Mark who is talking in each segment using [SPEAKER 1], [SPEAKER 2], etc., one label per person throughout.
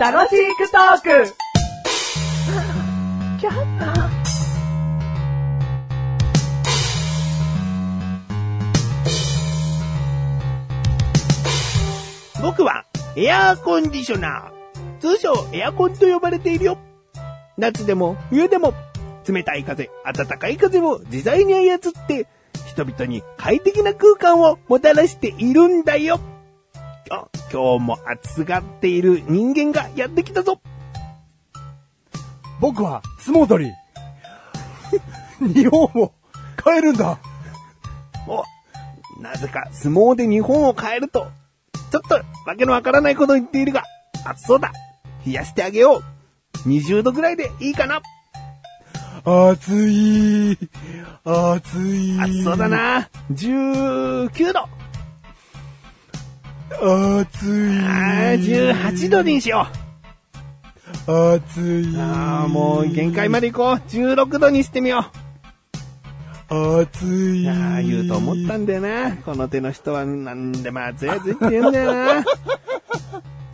[SPEAKER 1] 楽しくトーク
[SPEAKER 2] 僕はエアーコンディショナー。通称エアコンと呼ばれているよ。夏でも冬でも冷たい風、暖かい風を自在に操って人々に快適な空間をもたらしているんだよ。あ、今日も暑がっている人間がやってきたぞ。
[SPEAKER 3] 僕は、相撲取り。 日本を変えるんだ。
[SPEAKER 2] お、なぜか相撲で日本を変えると、ちょっとわけのわからないことを言っているが、暑そうだ。冷やしてあげよう。20度ぐらいでいいかな。
[SPEAKER 3] 暑い。暑い。
[SPEAKER 2] 暑そうだ。な。19度。
[SPEAKER 3] 暑い。
[SPEAKER 2] あー、18度にしよ
[SPEAKER 3] 暑い。
[SPEAKER 2] う。あー、もう限界まで行こう。16度にしてみよ
[SPEAKER 3] 暑
[SPEAKER 2] う。
[SPEAKER 3] い。
[SPEAKER 2] いやー、言うと思ったんだよな。この手の人はなんでも熱い熱いって言うんだよな。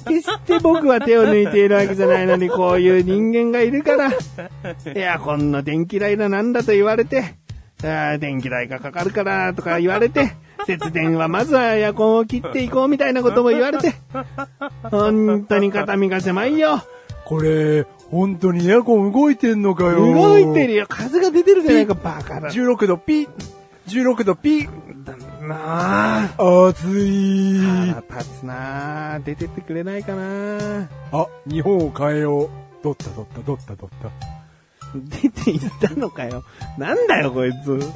[SPEAKER 2] 決して僕は手を抜いているわけじゃないのに、こういう人間がいるから、エアコンの電気代だなんだと言われて、あー電気代がかかるからとか言われて、節電はまずはエアコンを切っていこうみたいなことも言われて、本当に肩身が狭いよ。
[SPEAKER 3] これ、本当にエアコン動いてんのかよ。
[SPEAKER 2] 動いて
[SPEAKER 3] る。
[SPEAKER 2] るよ。風が出てるじゃないか、バカだ。
[SPEAKER 3] 16度ピッ。16度ピッ。
[SPEAKER 2] なあ。
[SPEAKER 3] 暑い。
[SPEAKER 2] 腹立つなあ。出てってくれないかなあ。
[SPEAKER 3] あ、日本を変えよう。どったどったどったどった。
[SPEAKER 2] 出て行ったのかよ。なんだよ、こいつ。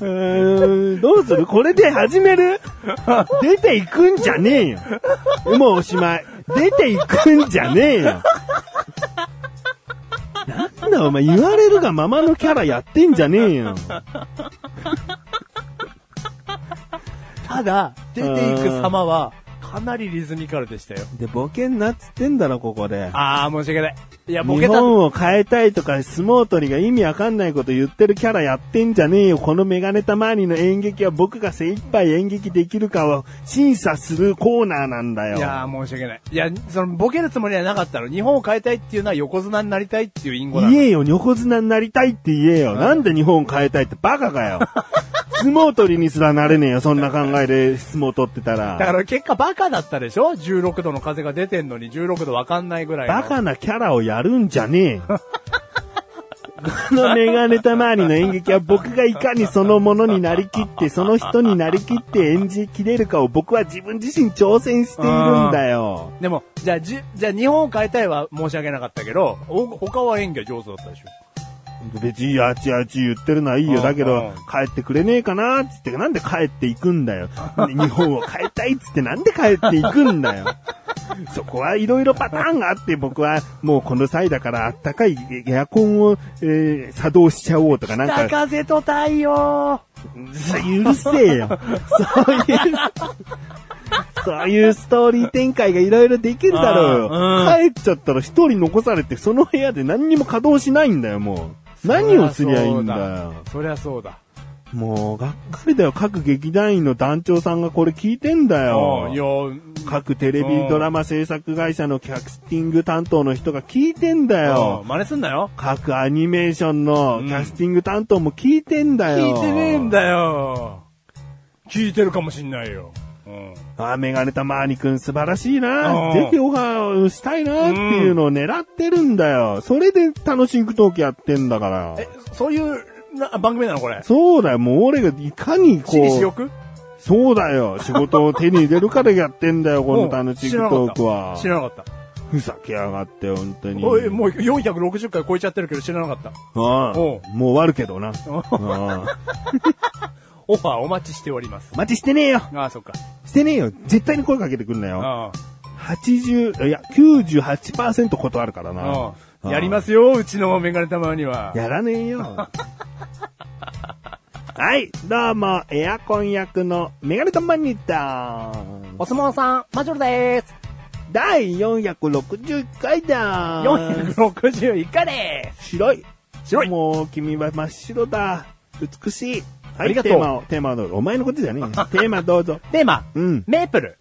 [SPEAKER 2] うーんどうするこれで始める出て行くんじゃねえよ。もうおしまい。出て行くんじゃねえよ。なんだお前言われるがままのキャラやってんじゃねえよ。
[SPEAKER 3] ただ、出ていく様は、かなりリズミカルでしたよ。
[SPEAKER 2] で、ボケんなっつってんだろ、ここで。
[SPEAKER 3] あー、申し訳ない。いや、ボ
[SPEAKER 2] 日
[SPEAKER 3] ケた。
[SPEAKER 2] 本を変えたいとか、相撲取りが意味わかんないこと言ってるキャラやってんじゃねえよ。このメガネたまわりの演劇は僕が精一杯演劇できるかを審査するコーナーなんだよ。
[SPEAKER 3] いやー、申し訳ない。いや、その、ボケるつもりはなかったの。日本を変えたいっていうのは横綱になりたいっていう因果なの。
[SPEAKER 2] 言えよ、横綱になりたいって言えよ。なんで日本変えたいってバカかよ。相撲取りにすらなれねえよ、そんな考えで相撲取ってたら。
[SPEAKER 3] だから結果バカだったでしょ ?16 度の風が出てんのに16度わかんないぐらいの。
[SPEAKER 2] バカなキャラをやるんじゃ ねえよ。このメガネたまわりの演劇は僕がいかにそのものになりきって、その人になりきって演じきれるかを僕は自分自身挑戦しているんだよ。
[SPEAKER 3] でも、じゃあ、じ、じゃあ日本を変えたいは申し訳なかったけど、お他は演技は上手だったでしょ
[SPEAKER 2] 別にあちあち言ってるのはいい
[SPEAKER 3] うん
[SPEAKER 2] よ。だけ
[SPEAKER 3] うん
[SPEAKER 2] ど、帰ってくれねえかなっつって、なんで帰っていくんだよ。で日本を変えたいっつって、なんで帰っていくんだよ。そこはいろいろパターンがあって、僕はもうこの際だからあったかいエアコンを、えー作動しちゃおうとかなんか
[SPEAKER 3] 北、風と太陽
[SPEAKER 2] うるせえよ。そういう、そういうストーリー展開がいろいろできるだろうよ。帰っちゃったら一人残されて、その部屋で何にも稼働しないんだよ、もう。何をすりゃいいんだよ。
[SPEAKER 3] そりゃそうだ。
[SPEAKER 2] もう、がっかりだよ。各劇団員の団長さんがこれ聞いてんだ
[SPEAKER 3] うんいや
[SPEAKER 2] よ。、各テレビドラマ制作会社のキャスティング担当の人が聞いてんだ
[SPEAKER 3] うん
[SPEAKER 2] よ。
[SPEAKER 3] 真似すんなよ。
[SPEAKER 2] 各アニメーションのキャスティング担当も聞いてんだよ。
[SPEAKER 3] 聞いてねえんだよ。聞いてるかもしんないよ。うん。
[SPEAKER 2] あーメガネたまーにくん素晴らしい
[SPEAKER 3] うん
[SPEAKER 2] な。ぜひオファーをしたいなっていうのを狙ってるんだよ。それで楽しくトークやってんだから。
[SPEAKER 3] え、そういうな番組なのこれ。
[SPEAKER 2] そうだよ。もう俺がいかに
[SPEAKER 3] 私利私
[SPEAKER 2] こう、
[SPEAKER 3] 欲
[SPEAKER 2] そうだよ。仕事を手に入れるからやってん だよ、こ
[SPEAKER 3] う
[SPEAKER 2] の
[SPEAKER 3] ん
[SPEAKER 2] 楽しくトークは
[SPEAKER 3] 知。らなかった。
[SPEAKER 2] ふざけやがって、本当に。
[SPEAKER 3] おい、もう460回超えちゃってるけど知らな かった。
[SPEAKER 2] うん
[SPEAKER 3] お
[SPEAKER 2] もう終わるけどな。
[SPEAKER 3] お
[SPEAKER 2] うん
[SPEAKER 3] オファーお 待ちしております。
[SPEAKER 2] お待ちしてねえよ。
[SPEAKER 3] ああ、そっか。
[SPEAKER 2] してねえよ。絶対に声かけてくんなよ。
[SPEAKER 3] あ
[SPEAKER 2] 80、いや、98%断るから
[SPEAKER 3] あ
[SPEAKER 2] な
[SPEAKER 3] あ。あ。やり
[SPEAKER 2] す
[SPEAKER 3] ますよ、うちのメガネ玉には。
[SPEAKER 2] やらねえよ。はい、どうも、エアコン役のメガネとマニター。
[SPEAKER 3] お相撲さん、マジョルでーす。
[SPEAKER 2] 第461回だ。
[SPEAKER 3] 461回でーす。
[SPEAKER 2] 白い。
[SPEAKER 3] 白い
[SPEAKER 2] もう、君は真っ白だ。美しい。は
[SPEAKER 3] あり
[SPEAKER 2] い、
[SPEAKER 3] がとう
[SPEAKER 2] テーマを、テーマをどうぞ。お前のことじゃ ねえよ。テーマどうぞ。
[SPEAKER 3] テーマ、
[SPEAKER 2] うん
[SPEAKER 3] メープル。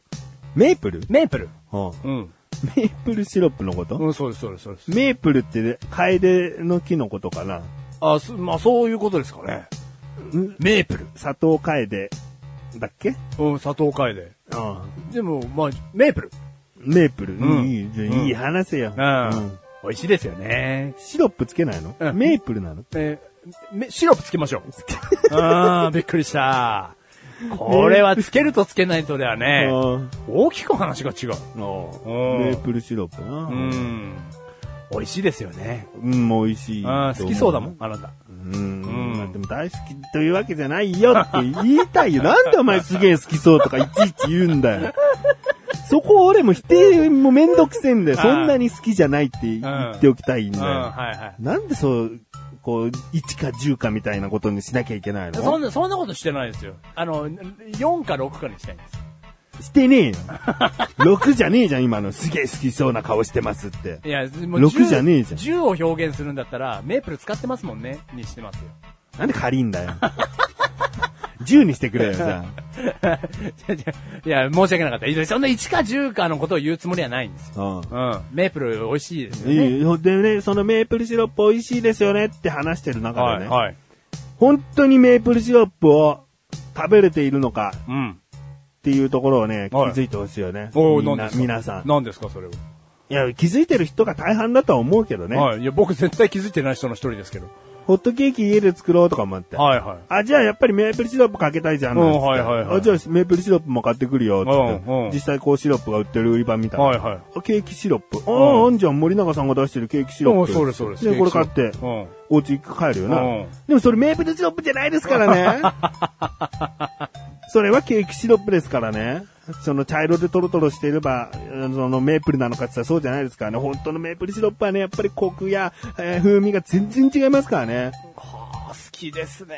[SPEAKER 2] メープル
[SPEAKER 3] メープル。
[SPEAKER 2] はあ
[SPEAKER 3] うん。
[SPEAKER 2] メープルシロップのこと、
[SPEAKER 3] うん、そうです、そうです、そうです。
[SPEAKER 2] メープルってカエデの木のことかな
[SPEAKER 3] あ、すまあ、そういうことですかね。
[SPEAKER 2] ん
[SPEAKER 3] メープル。
[SPEAKER 2] 砂糖カエデだっけ
[SPEAKER 3] うん、砂糖カエデ。
[SPEAKER 2] ああ
[SPEAKER 3] でも、まあ、メープル。
[SPEAKER 2] メープル。
[SPEAKER 3] うん
[SPEAKER 2] いい、じゃあ
[SPEAKER 3] うん
[SPEAKER 2] いい話せよ、うん
[SPEAKER 3] 美味しいですよね。
[SPEAKER 2] シロップつけないの、
[SPEAKER 3] うん
[SPEAKER 2] メープルなの
[SPEAKER 3] えーめシロップつけましょう。 ああ、びっくりした。これはつけるとつけないとではね、
[SPEAKER 2] うん
[SPEAKER 3] 大きく話が違う。うん
[SPEAKER 2] メープルシロップな。
[SPEAKER 3] うん。美味しいですよね。
[SPEAKER 2] うん、美味しいと思
[SPEAKER 3] あ
[SPEAKER 2] う。
[SPEAKER 3] ー好きそうだもん、あなた。
[SPEAKER 2] うん。
[SPEAKER 3] うん
[SPEAKER 2] まあでも大好きというわけじゃないよって言いたいよ。 なんでお前すげえ好きそうとかいちいち言うん だよ。そこを俺も否定もめんどくせえんだよ。
[SPEAKER 3] あー
[SPEAKER 2] そんなに好きじゃないって言っておきたいん
[SPEAKER 3] うん、
[SPEAKER 2] だよ。
[SPEAKER 3] はいはい。
[SPEAKER 2] なんでそう、こう、1か10かみたいなことにしなきゃいけない
[SPEAKER 3] そ
[SPEAKER 2] の
[SPEAKER 3] んな、そんなことしてないですよ。あの、4か6かにしたいんです。
[SPEAKER 2] してねえよ。6じゃねえじゃん、今の。すげえ好きそうな顔してますって。
[SPEAKER 3] いや、も
[SPEAKER 2] 六
[SPEAKER 3] 10
[SPEAKER 2] じゃねえじゃん
[SPEAKER 3] 10を表現するんだったら、メープル使ってますもんね、にしてますよ。
[SPEAKER 2] なんで借りんだよ。10にしてくれよ、じゃあ。
[SPEAKER 3] いや、申し訳なかった。いやそんな1か10かのことを言うつもりはないんですよ。
[SPEAKER 2] うん
[SPEAKER 3] うん。メープル美味しいですよね。
[SPEAKER 2] いいよでね、そのメープルシロップ美味しいですよねって話してる中でね、
[SPEAKER 3] はい、はい。
[SPEAKER 2] 本当にメープルシロップを食べれているのか
[SPEAKER 3] うん。
[SPEAKER 2] っていうところをね、気
[SPEAKER 3] はい
[SPEAKER 2] づいてほしいよね。
[SPEAKER 3] おー
[SPEAKER 2] みん
[SPEAKER 3] 何
[SPEAKER 2] な
[SPEAKER 3] ですか
[SPEAKER 2] 皆さん。
[SPEAKER 3] 何ですか、それは。
[SPEAKER 2] いや、気づいてる人が大半だとは思うけどね、
[SPEAKER 3] はい。いや、僕絶対気づいてない人の一人ですけど。
[SPEAKER 2] ホットケーキ家で作ろうとか思って。
[SPEAKER 3] はいはい。
[SPEAKER 2] あ、じゃあやっぱりメープルシロップかけたいじゃん。
[SPEAKER 3] う
[SPEAKER 2] な
[SPEAKER 3] ん
[SPEAKER 2] んつって
[SPEAKER 3] はいはいはい
[SPEAKER 2] あ、じゃあメープルシロップも買ってくるよ。つって
[SPEAKER 3] うんうん
[SPEAKER 2] 実際こうシロップが売ってる売り場みたいな。
[SPEAKER 3] はいはい。
[SPEAKER 2] あケーキシロップ。ああ、あんじゃん。森永さんが出してるケーキシロップ。
[SPEAKER 3] そうですそうです。
[SPEAKER 2] で、これ買って。
[SPEAKER 3] うん。
[SPEAKER 2] お家帰るよな。
[SPEAKER 3] うん
[SPEAKER 2] でもそれメープルシロップじゃないです からね。それはケーキシロップですからね。その茶色でトロトロしていれば、うんそのメープルなのかって言ったらそうじゃないですからね。本当のメープルシロップはね、やっぱりコクや、えー風味が全然違いますからね。
[SPEAKER 3] はあ、好きですね。。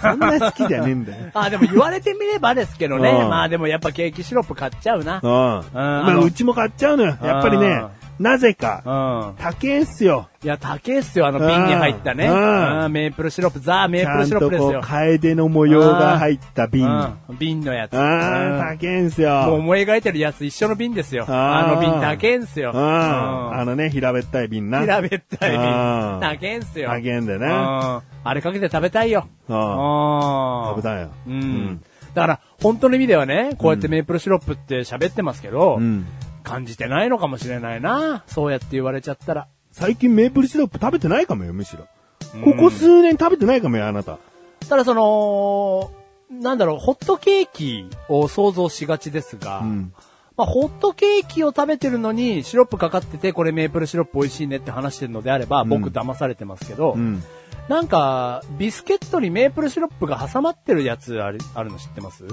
[SPEAKER 2] そんな好きじゃねえんだよ
[SPEAKER 3] あ、でも言われてみればですけどね。
[SPEAKER 2] うん
[SPEAKER 3] まあでもやっぱケーキシロップ買っちゃうな。
[SPEAKER 2] うん。ま
[SPEAKER 3] あ
[SPEAKER 2] あ、
[SPEAKER 3] の
[SPEAKER 2] うちも買っちゃうのよ。やっぱりね、なぜか、
[SPEAKER 3] うん。
[SPEAKER 2] 高えんすよ。
[SPEAKER 3] いや、高えっすよ、あの瓶に入ったね。
[SPEAKER 2] うん
[SPEAKER 3] うんメープルシロップ、ザ・メ
[SPEAKER 2] ち
[SPEAKER 3] ープ
[SPEAKER 2] ゃ
[SPEAKER 3] ル
[SPEAKER 2] ん
[SPEAKER 3] シロッ
[SPEAKER 2] と
[SPEAKER 3] プです
[SPEAKER 2] こ
[SPEAKER 3] よ
[SPEAKER 2] う、。カエデの模様が入った瓶。あ
[SPEAKER 3] うん瓶のやつ。
[SPEAKER 2] あ、
[SPEAKER 3] う
[SPEAKER 2] 高
[SPEAKER 3] ん
[SPEAKER 2] えんす
[SPEAKER 3] もう
[SPEAKER 2] よ。
[SPEAKER 3] 思い描いてるやつ一緒の瓶ですよ。
[SPEAKER 2] あ
[SPEAKER 3] あ
[SPEAKER 2] ー
[SPEAKER 3] の瓶高えんすよ。
[SPEAKER 2] うん。あのね、平べったい瓶な。
[SPEAKER 3] 平べったい瓶。
[SPEAKER 2] あー
[SPEAKER 3] 高えんすよ。
[SPEAKER 2] あげんで
[SPEAKER 3] う
[SPEAKER 2] ね。
[SPEAKER 3] んあれかけて食べたいよ。
[SPEAKER 2] ああ。
[SPEAKER 3] あ
[SPEAKER 2] 食べたいよ。
[SPEAKER 3] う
[SPEAKER 2] うん
[SPEAKER 3] ん。だから、本当の意味ではね、こうやってメープルシロップって喋ってますけど、
[SPEAKER 2] うん。
[SPEAKER 3] 感じてないのかもしれないな。そうやって言われちゃったら。
[SPEAKER 2] 最近メープルシロップ食べてないかもよ、むしろ。ここ数年食べてないかもよ、あなた。
[SPEAKER 3] ただその、なんだろう、ホットケーキを想像しがちですが、
[SPEAKER 2] ん
[SPEAKER 3] まあ、ホットケーキを食べてるのにシロップかかってて、これメープルシロップ美味しいねって話してるのであれば、僕騙されてますけど、
[SPEAKER 2] うん。
[SPEAKER 3] なんか、ビスケットにメープルシロップが挟まってるやつあるあるの知ってます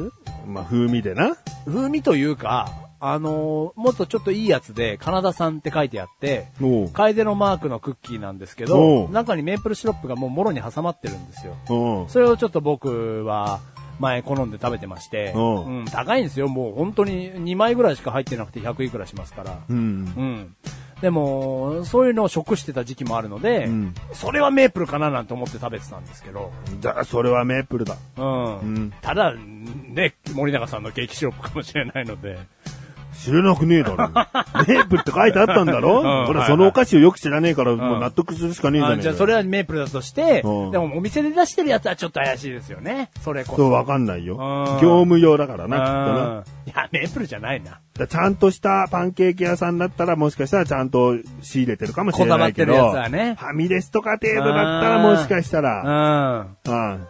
[SPEAKER 2] まあ、風味でな。
[SPEAKER 3] 風味というか、あのーもっとちょっといいやつで、カナダ産って書いてあって、
[SPEAKER 2] おう
[SPEAKER 3] カエデのマークのクッキーなんですけ
[SPEAKER 2] お
[SPEAKER 3] ど、
[SPEAKER 2] う
[SPEAKER 3] 中にメープルシロップがもうもろに挟まってるんですよ。
[SPEAKER 2] うん。
[SPEAKER 3] それをちょっと僕は前好んで食べてまして、
[SPEAKER 2] おう
[SPEAKER 3] うん、高いんですよ。もう本当に2枚ぐらいしか入ってなくて100いくらしますから。
[SPEAKER 2] うん。
[SPEAKER 3] うん。でも、そういうのを食してた時期もあるので、
[SPEAKER 2] ん
[SPEAKER 3] それはメープルかななんて思って食べてたんですけど、
[SPEAKER 2] じゃあ、それはメープルだ。
[SPEAKER 3] うん。
[SPEAKER 2] ん
[SPEAKER 3] ただ、ね、森永さんのケーキシロップかもしれないので、
[SPEAKER 2] 知らなくね えだろ。メープルって書いてあったんだ
[SPEAKER 3] う
[SPEAKER 2] ろ
[SPEAKER 3] ん
[SPEAKER 2] 俺
[SPEAKER 3] はい
[SPEAKER 2] そのお菓子をよく知らねえから、もう
[SPEAKER 3] うん
[SPEAKER 2] 納得するしかねえじゃね
[SPEAKER 3] あ
[SPEAKER 2] えか
[SPEAKER 3] じゃ
[SPEAKER 2] よ
[SPEAKER 3] あそれはメープルだとして、で
[SPEAKER 2] うん
[SPEAKER 3] もお店で出してるやつはちょっと怪しいですよね。それこ
[SPEAKER 2] そ
[SPEAKER 3] そ。
[SPEAKER 2] う、わかんないよ。
[SPEAKER 3] うん
[SPEAKER 2] 業務用だからな、きっとな。
[SPEAKER 3] うんいや、メープルじゃないな。
[SPEAKER 2] だからちゃんとしたパンケーキ屋さんだったらもしかしたらちゃんと仕入れてるかもしれないけど。
[SPEAKER 3] こだわってるやつはね
[SPEAKER 2] ファミレスとか程度だったらもしかしたら、
[SPEAKER 3] う
[SPEAKER 2] う
[SPEAKER 3] ん。
[SPEAKER 2] ん。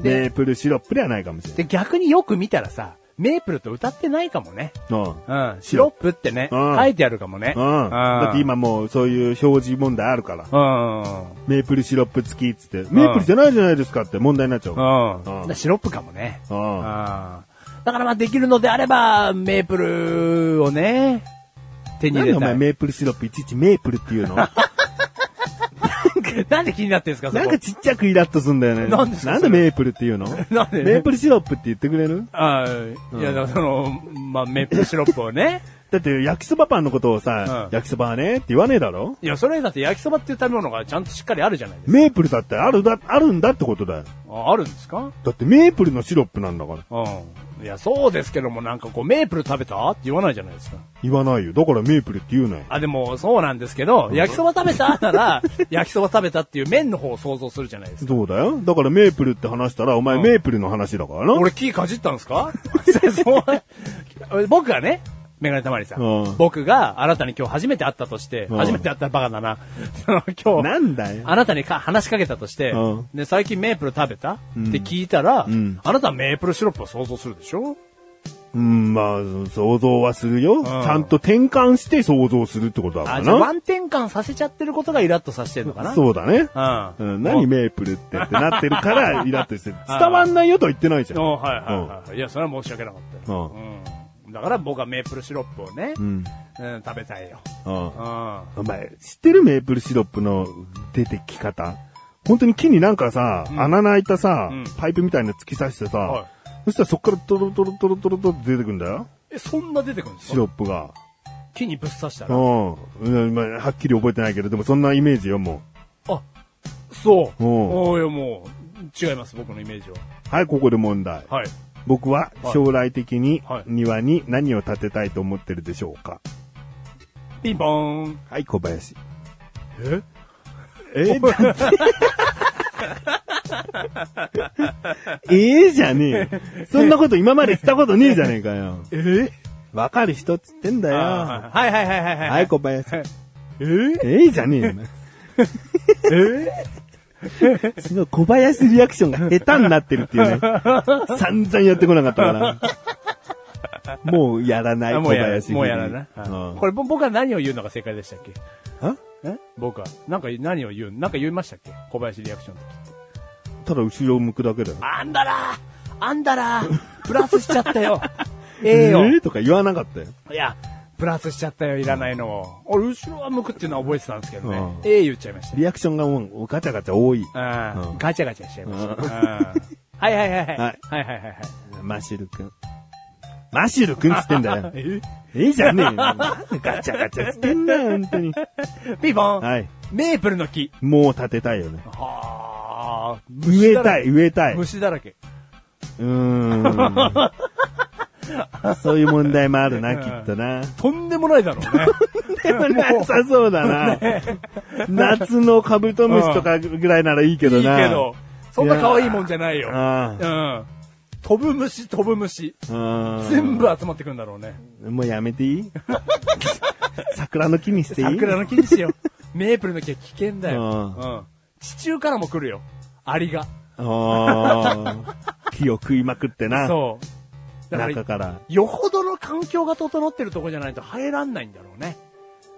[SPEAKER 2] メープルシロップではないかもしれない。
[SPEAKER 3] で、逆によく見たらさ、メープルと歌ってないかもね。
[SPEAKER 2] うん。
[SPEAKER 3] うん。シロップってね、
[SPEAKER 2] うん
[SPEAKER 3] 書いてあるかもね。
[SPEAKER 2] うん。だって今もうそういう表示問題あるから。
[SPEAKER 3] う
[SPEAKER 2] メープルシロップ付きっつって、メープルじゃないじゃないですかって問題になっちゃう。うん
[SPEAKER 3] ん。
[SPEAKER 2] うん
[SPEAKER 3] うん。だシロップかもね。う
[SPEAKER 2] あ
[SPEAKER 3] ん。だからまあできるのであれば、メープルをね、手に
[SPEAKER 2] なんで
[SPEAKER 3] 入れ
[SPEAKER 2] お
[SPEAKER 3] た
[SPEAKER 2] 前
[SPEAKER 3] い。
[SPEAKER 2] メープルシロップいちいちメープルって いうのな
[SPEAKER 3] なんで気になってんすか、そこ
[SPEAKER 2] んかちっちゃくイラッとすんだよね。
[SPEAKER 3] なんですか
[SPEAKER 2] なんでメープルっていうの
[SPEAKER 3] なんで
[SPEAKER 2] メープルシロップって言ってくれる
[SPEAKER 3] ああ、いや、だからその、まあ、メープルシロップをね、
[SPEAKER 2] だって焼きそばパンのことをさ、
[SPEAKER 3] うん
[SPEAKER 2] 焼きそばはねって言わねえだろ
[SPEAKER 3] いや、それだって焼きそばっていう食べ物がちゃんとしっかりあるじゃないですか。
[SPEAKER 2] メープルだってあるだ、あるんだってことだよ。
[SPEAKER 3] ああるんですか
[SPEAKER 2] だってメープルのシロップなんだから。
[SPEAKER 3] うん。いや、そうですけども、なんかこう、メープル食べたって言わないじゃないですか。
[SPEAKER 2] 言わないよ。だからメープルって言うなよ。
[SPEAKER 3] あ、でも、そうなんですけど、焼きそば食べたなら、 焼きそば食べたっていう麺の方を想像するじゃないですか。
[SPEAKER 2] そうだよ。だからメープルって話したら、お前
[SPEAKER 3] うん
[SPEAKER 2] メープルの話だからな。
[SPEAKER 3] 俺、木かじったんですか そう 僕がね、メガネたまりさん,、
[SPEAKER 2] うん
[SPEAKER 3] 僕が、あなたに今日初めて会ったとして、
[SPEAKER 2] うん
[SPEAKER 3] 初めて会ったらバカだな。 その今日、
[SPEAKER 2] なんだよ。
[SPEAKER 3] あなたにか話しかけたとして、
[SPEAKER 2] うん
[SPEAKER 3] で最近メープル食べた、って聞いたら、
[SPEAKER 2] うん
[SPEAKER 3] あなたはメープルシロップを想像するでしょ
[SPEAKER 2] うん、まあ、想像はするよ。ちゃんと転換して想像するってことだか
[SPEAKER 3] あ、
[SPEAKER 2] ら
[SPEAKER 3] じゃあワ
[SPEAKER 2] な。
[SPEAKER 3] ン転換させちゃってることがイラッとさせてるのかなう。。
[SPEAKER 2] そうだね。うんん、何メープルってってなってるから、イラッとしてる。伝わんないよとは言ってないじゃん。
[SPEAKER 3] おはいはいはい。いや、それは申し訳なかったよ。うん。だから僕はメープルシロップをね、
[SPEAKER 2] う
[SPEAKER 3] うん、
[SPEAKER 2] ん。
[SPEAKER 3] 食べたいよ。
[SPEAKER 2] うん
[SPEAKER 3] う。ん。
[SPEAKER 2] お前、知ってるメープルシロップの出てき方本当に木になんかさ、穴の開いたさ、
[SPEAKER 3] うん
[SPEAKER 2] パイプみたいなの突き刺してさ、
[SPEAKER 3] はい
[SPEAKER 2] そしたらそっからトロトロトロトロトロって出てくんだよ
[SPEAKER 3] え、そんな出てくるんです
[SPEAKER 2] シ
[SPEAKER 3] か
[SPEAKER 2] ロップが。
[SPEAKER 3] 木にぶっ刺した
[SPEAKER 2] う
[SPEAKER 3] ら。
[SPEAKER 2] ん。うんまあはっきり覚えてないけど、でもそんなイメージよ、も
[SPEAKER 3] あ、そう。
[SPEAKER 2] う
[SPEAKER 3] おいや、もう、違います、僕のイメージは。
[SPEAKER 2] う。はい、ここで問題。
[SPEAKER 3] はい。
[SPEAKER 2] 僕は
[SPEAKER 3] はい
[SPEAKER 2] 将来的に
[SPEAKER 3] はい
[SPEAKER 2] 庭に何を建てたいと思ってるでしょうか
[SPEAKER 3] ピンポーン。
[SPEAKER 2] はい、小林。
[SPEAKER 3] え
[SPEAKER 2] えー、だって。 ええじゃねえよ。そんなこと今までしたことねえじゃねえかよ。
[SPEAKER 3] え
[SPEAKER 2] わかる人っつってんだよ。は
[SPEAKER 3] はいはいはいはいはい。
[SPEAKER 2] い、小林。え
[SPEAKER 3] えー
[SPEAKER 2] えじゃねえよ。 えすごい、小林リアクションが下手になってるっていうね。散々やってこなかったから。 もうやらない、
[SPEAKER 3] あ
[SPEAKER 2] 小
[SPEAKER 3] もうやら
[SPEAKER 2] 林。
[SPEAKER 3] もうやらない。はいこれ、ぼ僕は何を言うのが正解でしたっけ
[SPEAKER 2] うんあ
[SPEAKER 3] え僕は。なんか何を言う、なんか言いましたっけ小林リアクションの時って。
[SPEAKER 2] ただ後ろを向くだけだよ。
[SPEAKER 3] あんだらあんだら プラスしちゃったよ
[SPEAKER 2] え
[SPEAKER 3] ええよ、
[SPEAKER 2] ーとか言わなかったよ。
[SPEAKER 3] いや、プラスしちゃったよ、いらないのを。俺、後ろは向くっていうのは覚えてたんですけどね。
[SPEAKER 2] うん
[SPEAKER 3] ええ言っちゃいました。
[SPEAKER 2] リアクションがもうガチャガチャ多い。
[SPEAKER 3] あー
[SPEAKER 2] うん
[SPEAKER 3] ガチャガチャしちゃいました。
[SPEAKER 2] うん
[SPEAKER 3] あーはいはいはいは
[SPEAKER 2] は
[SPEAKER 3] い。
[SPEAKER 2] い
[SPEAKER 3] はいはいはい
[SPEAKER 2] マシルくん。マシルくんっつってんだよ
[SPEAKER 3] は。い。え
[SPEAKER 2] ええじゃねえよ。ガチャガチャしてんだよ、本当に。
[SPEAKER 3] ピンポン、
[SPEAKER 2] はい。
[SPEAKER 3] メープルの木。
[SPEAKER 2] もう建てたいよね。
[SPEAKER 3] はあ。
[SPEAKER 2] 植えたい、植えたい。う
[SPEAKER 3] 虫だらけ。
[SPEAKER 2] ーん。そういう問題もあるな、きっとな。
[SPEAKER 3] とんでもないだろうね。
[SPEAKER 2] でもなさそうだな。夏のカブトムシとかぐらいならいいけ
[SPEAKER 3] い
[SPEAKER 2] ど
[SPEAKER 3] い
[SPEAKER 2] な。
[SPEAKER 3] けど、そんな可愛いもんじゃないよ。
[SPEAKER 2] あ
[SPEAKER 3] うん。飛ぶ虫、飛ぶ虫。
[SPEAKER 2] あ。
[SPEAKER 3] 全部集まってくんだろうね。
[SPEAKER 2] うん。もうやめていい 桜の木にしていい
[SPEAKER 3] 桜の木にしよう。メープルの木は危険だよ。
[SPEAKER 2] う
[SPEAKER 3] うん。地中からも来るよ。アリが。
[SPEAKER 2] ああ。木を食いまくってな。
[SPEAKER 3] そう。だか
[SPEAKER 2] 中
[SPEAKER 3] ら、
[SPEAKER 2] から。
[SPEAKER 3] よほどの環境が整ってるとこじゃないと入らんないんだろうね。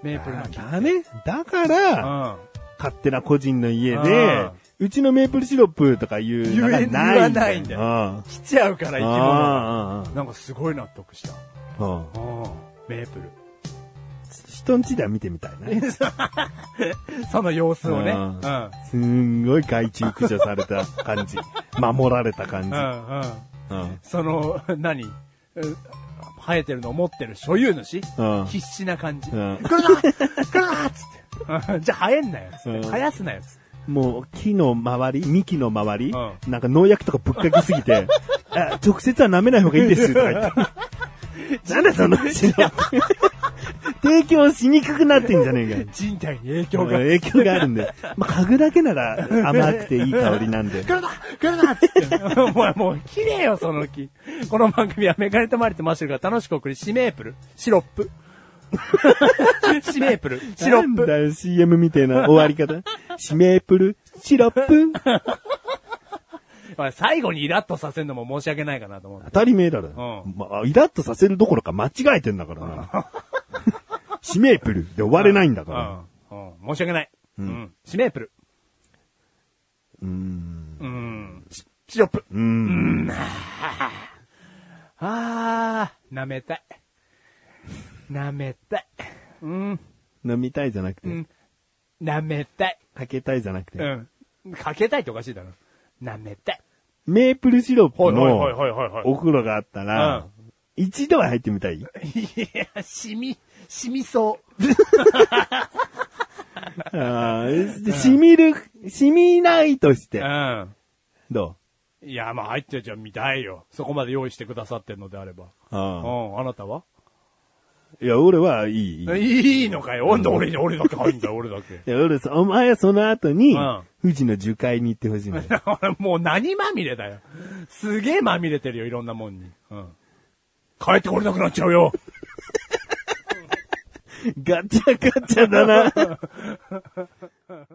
[SPEAKER 3] メープルの木。
[SPEAKER 2] だね。だから、
[SPEAKER 3] うん。
[SPEAKER 2] 勝手な個人の家
[SPEAKER 3] うん
[SPEAKER 2] で、うちのメープルシロップとかいうのが
[SPEAKER 3] 言え
[SPEAKER 2] ない。
[SPEAKER 3] 言わないんだよ
[SPEAKER 2] よ。
[SPEAKER 3] 来ちゃうから生
[SPEAKER 2] うん
[SPEAKER 3] き物が。
[SPEAKER 2] あ
[SPEAKER 3] なんかすごい納得した。
[SPEAKER 2] あうんうん
[SPEAKER 3] うん。メープル。
[SPEAKER 2] 人んちでは見てみたいね。
[SPEAKER 3] その様子をね。
[SPEAKER 2] う
[SPEAKER 3] うんん。
[SPEAKER 2] すんごい害虫駆除された感 じ。守られた感
[SPEAKER 3] う
[SPEAKER 2] じ。
[SPEAKER 3] ん。うん。
[SPEAKER 2] うん
[SPEAKER 3] その、何うん生えてるのを持ってる所有主、
[SPEAKER 2] うん
[SPEAKER 3] 必死な感じ。
[SPEAKER 2] う
[SPEAKER 3] 来
[SPEAKER 2] ん
[SPEAKER 3] るな来るなっつって。うんじゃあ生えんなよっつって。
[SPEAKER 2] うん
[SPEAKER 3] 生やすなよっつって。
[SPEAKER 2] もう木の周り、幹の周り、
[SPEAKER 3] う
[SPEAKER 2] なんか農薬とかぶっかけすぎ て、あ直接は舐めない方がいいですとか言 って。なんだその後ろ。提供しにくくなってんじゃねえかよ。
[SPEAKER 3] 人体に影響が。
[SPEAKER 2] 影響があるんで。まあ、嗅ぐだけなら甘くていい香りなんで
[SPEAKER 3] 来。るな来るなっつって。 お前もう綺麗よ、その木。この番組はメガネとマリとマッシュルが楽しく送り、シメープル、シロップ。 シメープル、 シロッ
[SPEAKER 2] なんだ
[SPEAKER 3] プ。
[SPEAKER 2] よ CM みたいな終わり方。シメープル、シロップ。
[SPEAKER 3] おい最後にイラッとさせるのも申し訳ないかなと思う
[SPEAKER 2] 当。たり前だろ。
[SPEAKER 3] うん
[SPEAKER 2] まあ、イラッとさせるどころか間違えてんだから な。シメープルで終われないんだから。
[SPEAKER 3] うん。うん申し訳ない。うん。シメープル。
[SPEAKER 2] うん。
[SPEAKER 3] うん。シシロップ。
[SPEAKER 2] うん。
[SPEAKER 3] あー、舐めたい。舐めたい。うん、
[SPEAKER 2] 飲みたいじゃなくて、
[SPEAKER 3] ん舐めたい。
[SPEAKER 2] かけたいじゃなくて、
[SPEAKER 3] うん。かけたいっておかしいだろ。舐めたい。
[SPEAKER 2] メープルシロップ
[SPEAKER 3] はいはいはい
[SPEAKER 2] の
[SPEAKER 3] はいはいはい
[SPEAKER 2] お風呂があったら、一度は入ってみた い
[SPEAKER 3] いや、染み、染み そう。
[SPEAKER 2] あーで染みる、染みないとし
[SPEAKER 3] う
[SPEAKER 2] て、
[SPEAKER 3] ん。
[SPEAKER 2] ど
[SPEAKER 3] いや、まあ入ってるじゃん、見たいよ。そこまで用意してくださってるのであれば。
[SPEAKER 2] う
[SPEAKER 3] う
[SPEAKER 2] あ
[SPEAKER 3] ん、あなたは
[SPEAKER 2] ーいや、俺はいいいい。い
[SPEAKER 3] いいのかよ。なんで俺に、俺だけ入んだ よ、俺だけ。
[SPEAKER 2] や、俺さ、お前はその後に
[SPEAKER 3] うん、
[SPEAKER 2] 富士の樹海に行ってほしいのよ。
[SPEAKER 3] 俺もう何まみれだよ。すげえまみれてるよ、いろんなもんに。うん。帰ってこれなくなっちゃうよ。
[SPEAKER 2] ガチャガチャだな。